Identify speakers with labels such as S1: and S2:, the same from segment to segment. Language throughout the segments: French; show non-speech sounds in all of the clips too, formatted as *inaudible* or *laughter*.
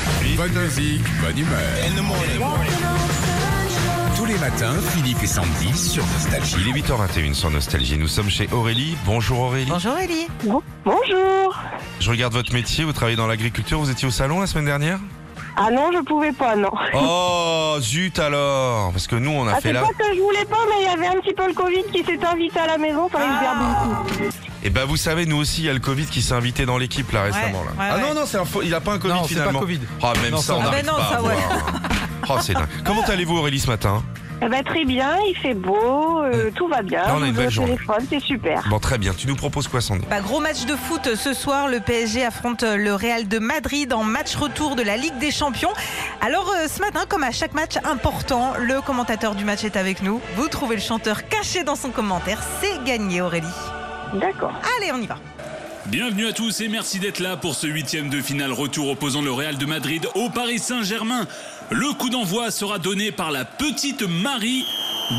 S1: musique.
S2: Bonne musique, bonne humeur.
S1: In the morning.
S2: Tous les matins, Philippe et Sandy sur Nostalgie.
S3: Il est 8h21 sur Nostalgie. Nous sommes chez Aurélie. Bonjour Aurélie.
S4: Bonjour Ellie.
S5: Bonjour.
S3: Je regarde votre métier. Vous travaillez dans l'agriculture. Vous étiez au salon la semaine dernière
S5: Ah non, je pouvais pas, non.
S3: Oh, zut alors Parce que nous, on a
S5: Ah,
S3: fait
S5: c'est
S3: là.
S5: pas que je voulais pas, mais il y avait un petit peu le Covid qui s'est invité à la maison, ça les
S3: Ah.
S5: beaucoup.
S3: Et ben, vous savez, nous aussi, il y a le Covid qui s'est invité dans l'équipe là récemment. là.
S4: ouais,
S3: ah non,
S4: ouais.
S3: non, c'est un faux- il a pas un Covid
S1: Non, c'est
S3: finalement.
S1: pas Covid.
S3: Ah, même
S1: Non,
S3: ça,
S1: ça,
S3: on
S1: on-
S3: n'arrive
S4: Ah, ben non,
S3: pas à
S4: ça, ouais.
S3: voir. Oh, c'est dingue.
S4: *laughs*
S3: Comment allez-vous Aurélie ce matin
S5: Eh ben, très bien, il fait beau, euh, tout va bien.
S3: Là, on a
S5: je
S3: une
S5: vous
S3: belle
S5: ai au
S3: journée.
S5: téléphone, c'est super.
S3: Bon, très bien. Tu nous proposes quoi, Sandy
S4: Bah, gros match de foot ce soir. Le PSG affronte euh, le Real de Madrid en match retour de la Ligue des Champions. Alors euh, ce matin, comme à chaque match important, le commentateur du match est avec nous. Vous trouvez le chanteur caché dans son commentaire. C'est gagné Aurélie.
S5: D'accord.
S4: Allez, on y va.
S6: Bienvenue à tous et merci d'être là pour ce huitième de finale retour opposant le Real de Madrid au Paris Saint-Germain. Le coup d'envoi sera donné par la petite Marie.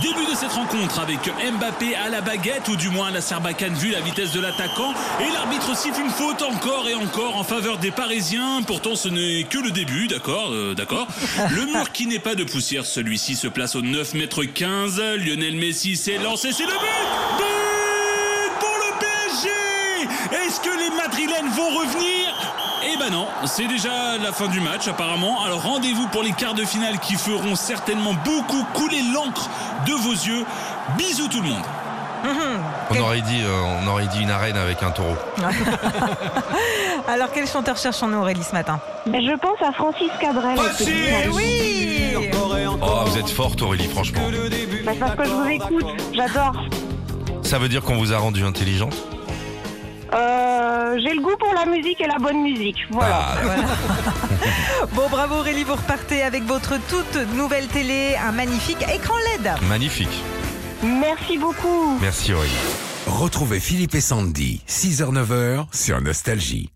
S6: Début de cette rencontre avec Mbappé à la baguette ou du moins à la serbacane vu la vitesse de l'attaquant et l'arbitre siffle une faute encore et encore en faveur des Parisiens. Pourtant ce n'est que le début, d'accord, euh, d'accord. Le mur qui n'est pas de poussière, celui-ci se place au 9 mètres 15. Lionel Messi s'est lancé, c'est le but But pour le PSG Est-ce que les Madrilènes vont revenir Eh ben non, c'est déjà la fin du match apparemment. Alors rendez-vous pour les quarts de finale qui feront certainement beaucoup couler l'encre de vos yeux. Bisous tout le monde.
S3: on aurait, dit, euh, on aurait dit une arène avec un taureau.
S4: Alors quel chanteur cherchons-nous Aurélie ce matin
S5: Mais Ben, je pense à Francis Cabrel. Ben,
S4: Eh oui
S3: Oh, vous êtes forte, Aurélie, franchement.
S5: Bah, c'est parce que je vous écoute, j'adore.
S3: Ça veut dire qu'on vous a rendu intelligente
S5: Euh, J'ai le goût pour la musique et la bonne musique. Voilà.
S3: Ah,
S4: Bon bravo Aurélie, vous repartez avec votre toute nouvelle télé, un magnifique écran E LED.
S3: magnifique.
S5: Merci beaucoup.
S3: Merci, Aurélie.
S2: Retrouvez Philippe et Sandy, 6h-9h sur Nostalgie.